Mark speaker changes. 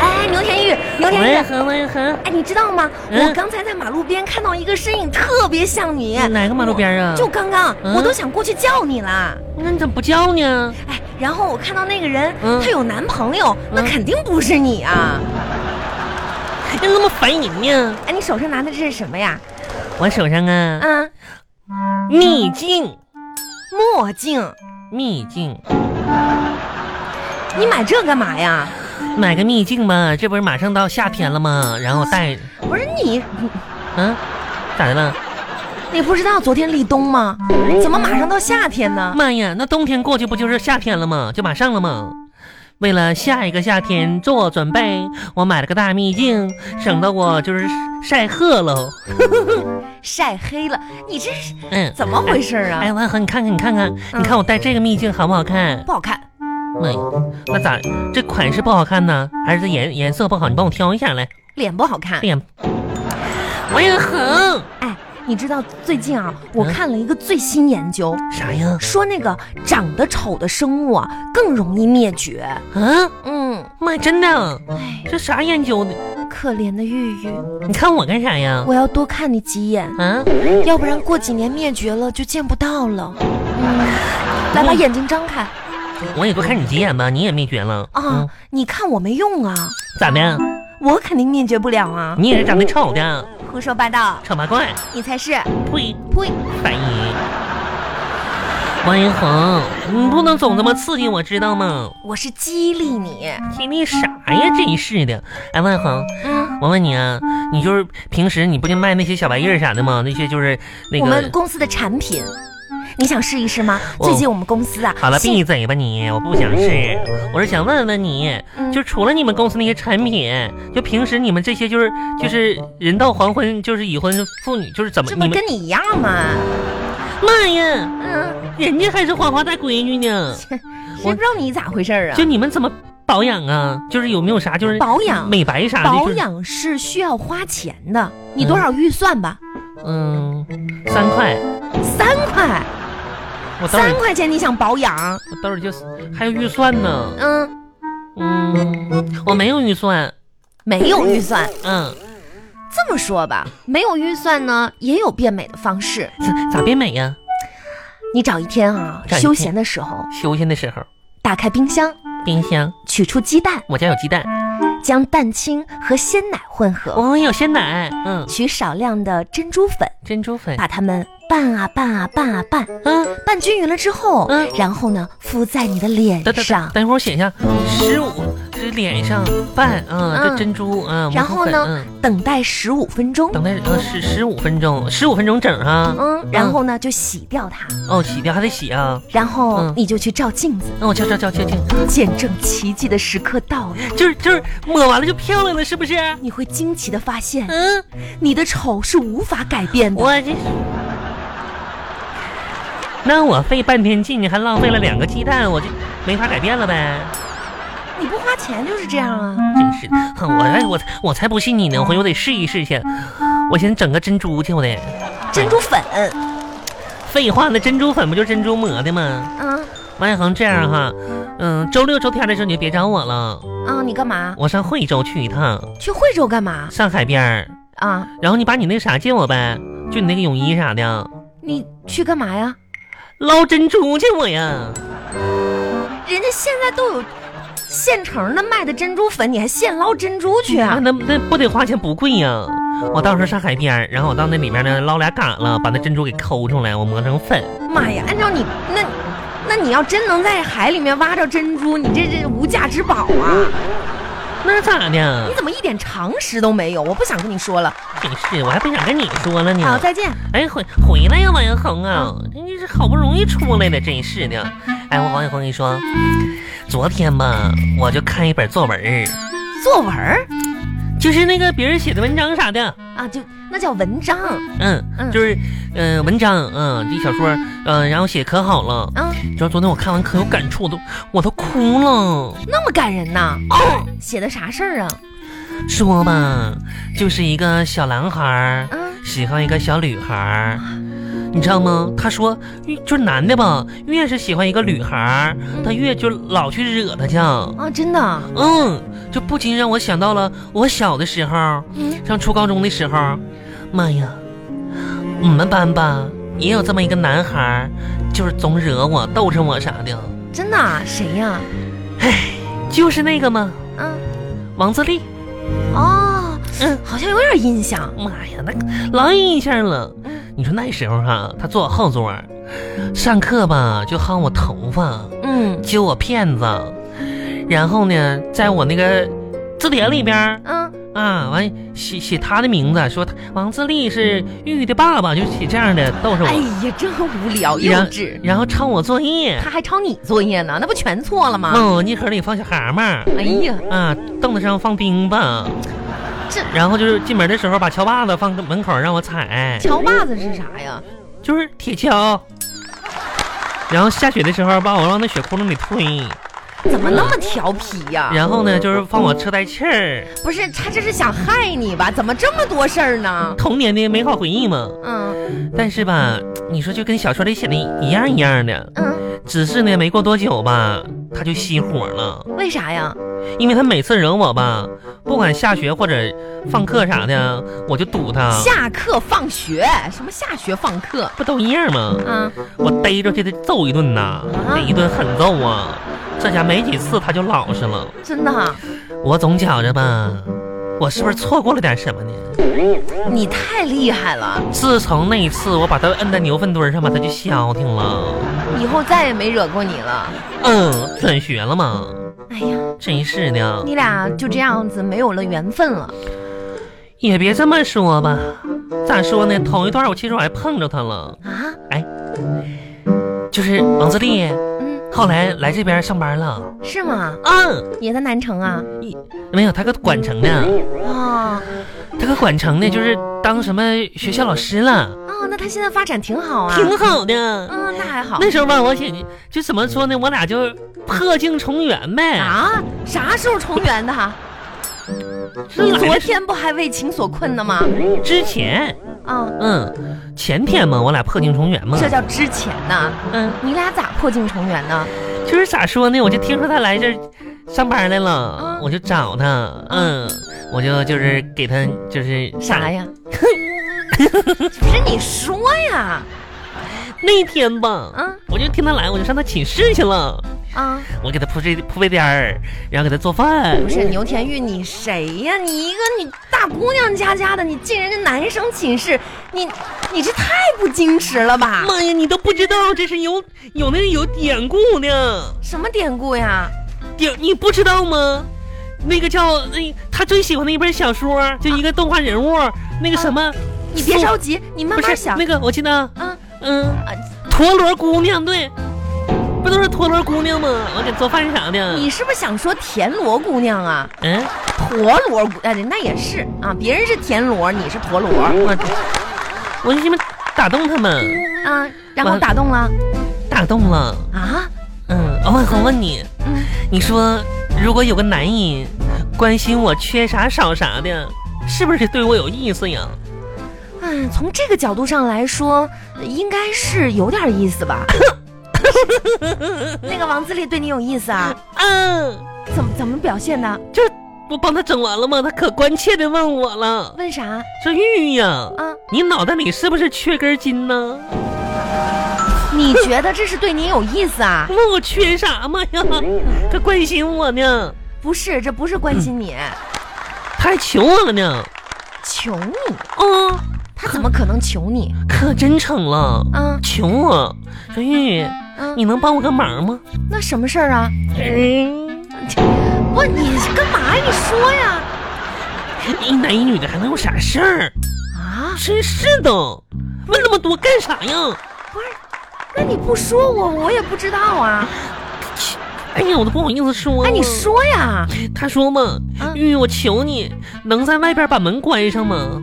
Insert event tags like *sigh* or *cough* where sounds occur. Speaker 1: 哎有点
Speaker 2: 喂
Speaker 1: 远。
Speaker 2: 哎很喂很，
Speaker 1: 哎，你知道吗？
Speaker 2: 嗯
Speaker 1: 我刚才在马路边看到一个身影，特别像你。
Speaker 2: 哪个马路边啊？
Speaker 1: 就刚刚，
Speaker 2: 嗯
Speaker 1: 我都想过去叫你了。
Speaker 2: 那你怎么不叫呢？
Speaker 1: 哎，然后我看到那个人，
Speaker 2: 嗯
Speaker 1: 她有男朋友，那
Speaker 2: 嗯
Speaker 1: 肯定不是你啊！
Speaker 2: 你怎么烦人呢？
Speaker 1: 哎，你手上拿的这是什么呀？
Speaker 2: 我手上啊，
Speaker 1: 嗯，
Speaker 2: 秘境，
Speaker 1: 墨镜，
Speaker 2: 秘境，
Speaker 1: 你买这干嘛呀？
Speaker 2: 买个秘境吧，这不是马上到夏天了吗？然后带，
Speaker 1: 不是你，
Speaker 2: 嗯，咋的了？
Speaker 1: 你不知道昨天立冬吗？怎么马上到夏天呢？
Speaker 2: 妈呀，那冬天过去不就是夏天了吗？就马上了吗？为了下一个夏天做准备，我买了个大秘境，省得我就是晒黑喽。
Speaker 1: 晒黑了，你这是
Speaker 2: 嗯，
Speaker 1: 怎么回事啊？
Speaker 2: 哎，万恒，你看看，你看看，你看我戴这个秘境好不好看？
Speaker 1: 不好看，
Speaker 2: 哎，那咋？这款式不好看呢，还是这颜颜色不好？你帮我挑一下来。
Speaker 1: 脸不好看
Speaker 2: 哎。呀，万恒，
Speaker 1: 哎，你知道最近啊，我
Speaker 2: 嗯
Speaker 1: 看了一个最新研究，
Speaker 2: 啥呀？
Speaker 1: 说那个长得丑的生物啊，更容易灭绝。
Speaker 2: 啊，
Speaker 1: 嗯，
Speaker 2: 妈，真的，
Speaker 1: 哎，
Speaker 2: 这啥研究的？
Speaker 1: 可怜的玉玉，
Speaker 2: 你看我干啥呀？
Speaker 1: 我要多看你几眼，
Speaker 2: 啊，
Speaker 1: 要不然过几年灭绝了就见不到了。嗯，来把眼睛张开
Speaker 2: 我也多看你几眼吧，你也灭绝了
Speaker 1: 啊
Speaker 2: 嗯，！
Speaker 1: 你看我没用啊，
Speaker 2: 咋的？
Speaker 1: 我肯定灭绝不了啊！
Speaker 2: 你也是长得丑的，
Speaker 1: 胡说八道，
Speaker 2: 丑八怪，
Speaker 1: 你才是！
Speaker 2: 呸，
Speaker 1: 呸！
Speaker 2: 烦人。王一恒，你不能总这么刺激我，知道吗？
Speaker 1: 我是激励你。
Speaker 2: 经历啥呀？真是的。哎，万恒，
Speaker 1: 嗯，
Speaker 2: 我问你啊，你就是平时你不就卖那些小玩意儿啥的吗？那些就是那
Speaker 1: 我们
Speaker 2: 个……
Speaker 1: 公司的产品，你想试一试吗？
Speaker 2: 哦
Speaker 1: 最近我们公司啊，
Speaker 2: 好了，
Speaker 1: 新
Speaker 2: 闭嘴吧你！我不想试，我是想问问你，
Speaker 1: 嗯
Speaker 2: 就除了你们公司那些产品，就平时你们这些就是就是人到黄昏就是已婚妇女就是怎么
Speaker 1: 这
Speaker 2: 你
Speaker 1: 不
Speaker 2: 们
Speaker 1: 跟你一样吗？
Speaker 2: 妈呀，
Speaker 1: 嗯，
Speaker 2: 人家还是花花大闺女呢。
Speaker 1: 谁知道你咋回事儿啊
Speaker 2: 就？你们怎么保养啊？就是有没有啥就是
Speaker 1: 保养
Speaker 2: 美白啥的？
Speaker 1: 保
Speaker 2: 就是，
Speaker 1: 养是需要花钱的，你多少预算吧？
Speaker 2: 嗯，三块，
Speaker 1: 三块，
Speaker 2: 我兜
Speaker 1: 三
Speaker 2: 里
Speaker 1: 块钱你想保养？
Speaker 2: 我兜里就还有预算呢。
Speaker 1: 嗯，
Speaker 2: 嗯，我没有预算。
Speaker 1: 没有预算。
Speaker 2: 嗯，
Speaker 1: 这么说吧，没有预算呢，也有变美的方式。
Speaker 2: 咋咋变美呀？
Speaker 1: 你找一天啊，
Speaker 2: 找一天
Speaker 1: 休闲的时候，
Speaker 2: 休闲的时候，
Speaker 1: 打开冰箱，
Speaker 2: 冰箱
Speaker 1: 取出鸡蛋，
Speaker 2: 我家有鸡蛋，
Speaker 1: 将蛋清和鲜奶混合，
Speaker 2: 我有鲜奶，嗯，
Speaker 1: 取少量的珍珠粉。
Speaker 2: 珍珠粉，
Speaker 1: 把它们拌啊拌啊拌啊拌，
Speaker 2: 哎嗯，
Speaker 1: 拌均匀了之后，
Speaker 2: 嗯
Speaker 1: 然后呢敷在你的脸
Speaker 2: 等等等
Speaker 1: 上，
Speaker 2: 等一会儿我写一下，十五这脸上拌，嗯，
Speaker 1: 嗯
Speaker 2: 这珍珠，嗯，
Speaker 1: 然后
Speaker 2: 蘑菇
Speaker 1: 呢
Speaker 2: 粉
Speaker 1: 等待十五分钟
Speaker 2: 嗯，，等待呃十十五分钟，十五分钟整啊，
Speaker 1: 嗯，然后呢就洗掉它，
Speaker 2: 哦，洗掉还得洗啊，哦
Speaker 1: 然后
Speaker 2: 嗯
Speaker 1: 你就去照镜子，
Speaker 2: 那我敲敲敲敲敲。
Speaker 1: 见证奇迹的时刻到了，
Speaker 2: 就是就是抹完了就漂亮了，是不是？
Speaker 1: 你会惊奇的发现，
Speaker 2: 嗯，
Speaker 1: 你的丑是无法改变的。
Speaker 2: 我这。那我费半天劲，还浪费了两个鸡蛋，我就没法改变了呗？
Speaker 1: 你不花钱就是这样啊，
Speaker 2: 真是的，哼我哎我我才不信你呢，我回头我得试一试去。我先整个珍珠去，我得。
Speaker 1: 珍珠粉，
Speaker 2: 嗯废话，那珍珠粉不就珍珠磨的吗？
Speaker 1: 嗯
Speaker 2: 王一恒，这样哈，嗯，周六周天的时候你就别找我了，
Speaker 1: 嗯，你干嘛？
Speaker 2: 我上惠州去一趟，
Speaker 1: 去惠州干嘛
Speaker 2: 上海边儿，
Speaker 1: 啊？
Speaker 2: 然后你把你那啥借我呗，就你那个泳衣啥的，
Speaker 1: 你去干嘛呀？
Speaker 2: 捞珍珠去我呀。
Speaker 1: 人家现在都有现成的卖的珍珠粉，你还现捞珍珠去
Speaker 2: 啊
Speaker 1: 啊？
Speaker 2: 那那不得花钱不贵呀、我到时候上海边儿，然后我到那里面呢捞俩嘎了，把那珍珠给抠出来，我磨成粉。
Speaker 1: 妈呀！按照你那，那你要真能在海里面挖着珍珠，你这这无价之宝啊！
Speaker 2: 嗯那咋
Speaker 1: 你
Speaker 2: 的？
Speaker 1: 怎么一点常识都没有？我不想跟你说了。
Speaker 2: 真是，我还不想跟你说了
Speaker 1: 好，
Speaker 2: 呢。
Speaker 1: 再见。
Speaker 2: 哎，回回来呀，王一恒啊，你这好不容易出来了，真是的。哎，我王一恒，跟你说，昨天吧，我就看一本作文儿，
Speaker 1: 作文儿
Speaker 2: 就是那个别人写的文章啥的，
Speaker 1: 啊，就那叫文章
Speaker 2: 嗯，
Speaker 1: 嗯
Speaker 2: 就是嗯、呃文章，嗯，这小说，嗯、然后写可好了。
Speaker 1: 啊，
Speaker 2: 你知道昨天我看完可有感触，我都我都哭了。
Speaker 1: 那么感人呐！
Speaker 2: 嗯
Speaker 1: 写的啥事儿啊？
Speaker 2: 说吧，就是一个小男孩儿
Speaker 1: 啊，
Speaker 2: 喜欢一个小女孩儿，你知道吗？他说，就是男的吧，越是喜欢一个女孩儿，他越就老去惹她去。
Speaker 1: 嗯啊，真的啊，
Speaker 2: 嗯，这不禁让我想到了我小的时候，
Speaker 1: 嗯
Speaker 2: 上初高中的时候，妈呀，我们班吧也有这么一个男孩儿，就是总惹我、逗着我啥的，
Speaker 1: 真的啊，谁呀？
Speaker 2: 就是那个嘛，
Speaker 1: 嗯，
Speaker 2: 王自立。
Speaker 1: 哦，
Speaker 2: 嗯
Speaker 1: 好像有点印象。
Speaker 2: 妈呀，那个老有印象了。你说那时候哈、他坐我后座儿，上课吧就薅我头发，
Speaker 1: 嗯
Speaker 2: 揪我辫子，然后呢，在我那个字典里边儿
Speaker 1: 嗯，
Speaker 2: 啊，完写写他的名字，说他王自立是玉玉的爸爸，就写这样的逗着
Speaker 1: 哎
Speaker 2: 我，
Speaker 1: 呀，真无聊幼
Speaker 2: 然
Speaker 1: 稚。
Speaker 2: 然后抄我作业。
Speaker 1: 他还抄你作业呢，那不全错了吗？
Speaker 2: 嗯，泥壳里放小蛤蟆，
Speaker 1: 哎呀，
Speaker 2: 啊，凳子上放钉子，
Speaker 1: 这
Speaker 2: 然后就是进门的时候把锹把子放门口让我踩，
Speaker 1: 乔把子是啥呀？
Speaker 2: 就是铁锹。然后下雪的时候把我往那雪窟窿里推，
Speaker 1: 啊怎么那么调皮呀、
Speaker 2: 然后呢就是
Speaker 1: 哦
Speaker 2: 放我车带气儿，
Speaker 1: 不是，他这是想害你吧？怎么这么多事儿呢？
Speaker 2: 童年的美好回忆嘛。
Speaker 1: 嗯
Speaker 2: 但是吧，你说就跟小说里写的一样一样的，
Speaker 1: 嗯，
Speaker 2: 只是呢，没过多久吧，他就熄火了，
Speaker 1: 为啥呀？
Speaker 2: 因为他每次惹我吧，不管下学或者放课啥的，我就堵他，
Speaker 1: 下课放学，什么下学放课
Speaker 2: 不都一样吗？
Speaker 1: 啊？
Speaker 2: 我逮着就得揍一顿呐，得一顿狠揍啊！这家没几次他就老实了，
Speaker 1: 真的啊，
Speaker 2: 我总觉着吧，我是不是错过了点什么呢？
Speaker 1: 你太厉害了，
Speaker 2: 自从那一次我把他摁在牛粪堆上吧，他就消停了，
Speaker 1: 以后再也没惹过你了。
Speaker 2: 嗯，转学了嘛，
Speaker 1: 哎呀，
Speaker 2: 真是的。
Speaker 1: 你俩就这样子没有了缘分了。
Speaker 2: 也别这么说吧，咋说呢？头一段我其实我还碰着他了，
Speaker 1: 啊，
Speaker 2: 就是王自立，
Speaker 1: 嗯，
Speaker 2: 后来来这边上班了。
Speaker 1: 是吗？
Speaker 2: 嗯，
Speaker 1: 也在南城啊？
Speaker 2: 一没有，他搁管城呢，
Speaker 1: 哦
Speaker 2: 他搁管城呢，就是当什么学校老师了，
Speaker 1: 哦，那他现在发展挺好啊，
Speaker 2: 挺好的。
Speaker 1: 嗯，那还好
Speaker 2: 那时候吧，我姐就怎么说呢，我俩就破镜重圆呗。
Speaker 1: 啊。啥时候重圆的？
Speaker 2: 是
Speaker 1: 你
Speaker 2: 来
Speaker 1: 昨
Speaker 2: 的
Speaker 1: 天不还为情所困呢吗？
Speaker 2: 之前，
Speaker 1: 啊，
Speaker 2: 嗯，前天嘛，我俩破镜重圆嘛。
Speaker 1: 这叫之前呢。
Speaker 2: 嗯，
Speaker 1: 你俩咋破镜重圆呢？
Speaker 2: 就是咋说呢，我就听说他来这儿上班来了
Speaker 1: 嗯，
Speaker 2: 我就找他，嗯，我就就是给他就是
Speaker 1: 啥？
Speaker 2: *laughs*
Speaker 1: 呀？不是你说呀？
Speaker 2: 那天吧，
Speaker 1: 嗯
Speaker 2: 我就听他来，我就上他寝室去了，
Speaker 1: 啊，
Speaker 2: 我给他铺这铺被垫儿，然后给他做饭
Speaker 1: 不。是牛田玉，你谁呀？你一个你大姑娘家家的，你进人家男生寝室，你你这太不矜持了吧？
Speaker 2: 妈呀，你都不知道这是有有那有典故呢，
Speaker 1: 什么典故呀？
Speaker 2: 典你不知道吗？那个叫那、他最喜欢的一本小说，就一个动画人物，那个什么，
Speaker 1: 你别着急，你慢
Speaker 2: 不
Speaker 1: 慢
Speaker 2: 是
Speaker 1: 想。
Speaker 2: 那个我记得，
Speaker 1: 啊
Speaker 2: 嗯。
Speaker 1: 啊，
Speaker 2: 陀螺姑娘，对，不都是陀螺姑娘吗？我给做饭啥的。
Speaker 1: 你是不是想说田螺姑娘啊？
Speaker 2: 嗯，
Speaker 1: 陀螺姑，哎，那也是啊，别人是田螺，你是陀螺
Speaker 2: 我我就这么打动他们，
Speaker 1: 啊，然
Speaker 2: 完
Speaker 1: 后
Speaker 2: 了
Speaker 1: 打动了
Speaker 2: 打动了。
Speaker 1: 啊，
Speaker 2: 嗯，我我问你，
Speaker 1: 嗯，
Speaker 2: 你说如果有个男人关心我缺啥少啥的，是不是对我有意思呀？
Speaker 1: 哎，从这个角度上来说，应该是有点意思吧。 *laughs* 那个王自立对你有意思啊？
Speaker 2: 嗯，
Speaker 1: 怎么怎么表现的？
Speaker 2: 我帮他整完了吗？他可关切的问我了，
Speaker 1: 问啥啊？
Speaker 2: 说玉呀，你脑袋里是不是缺根筋呢？
Speaker 1: 你觉得这是对你有意思啊？
Speaker 2: 问我缺啥嘛呀？他关心我呢，
Speaker 1: 不是，这不是关心你，
Speaker 2: 他还求我了呢。
Speaker 1: 求你，
Speaker 2: 嗯，
Speaker 1: 他怎么可能求你？
Speaker 2: 可真诚了，
Speaker 1: 啊
Speaker 2: 求我说玉玉，
Speaker 1: 啊，
Speaker 2: 你能帮我个忙吗？
Speaker 1: 那什么事儿啊？
Speaker 2: 嗯，
Speaker 1: 不，你干嘛呀？你说呀？
Speaker 2: 一男一女的还能有啥事儿？
Speaker 1: 啊，
Speaker 2: 真是的，问那么多干啥呀？
Speaker 1: 不是，那你不说我，我也不知道啊。
Speaker 2: 哎呀，我都不好意思说。
Speaker 1: 哎，你，说呀？
Speaker 2: 他说嘛，哎
Speaker 1: 啊
Speaker 2: 玉玉，我求你，能在外边把门关上吗？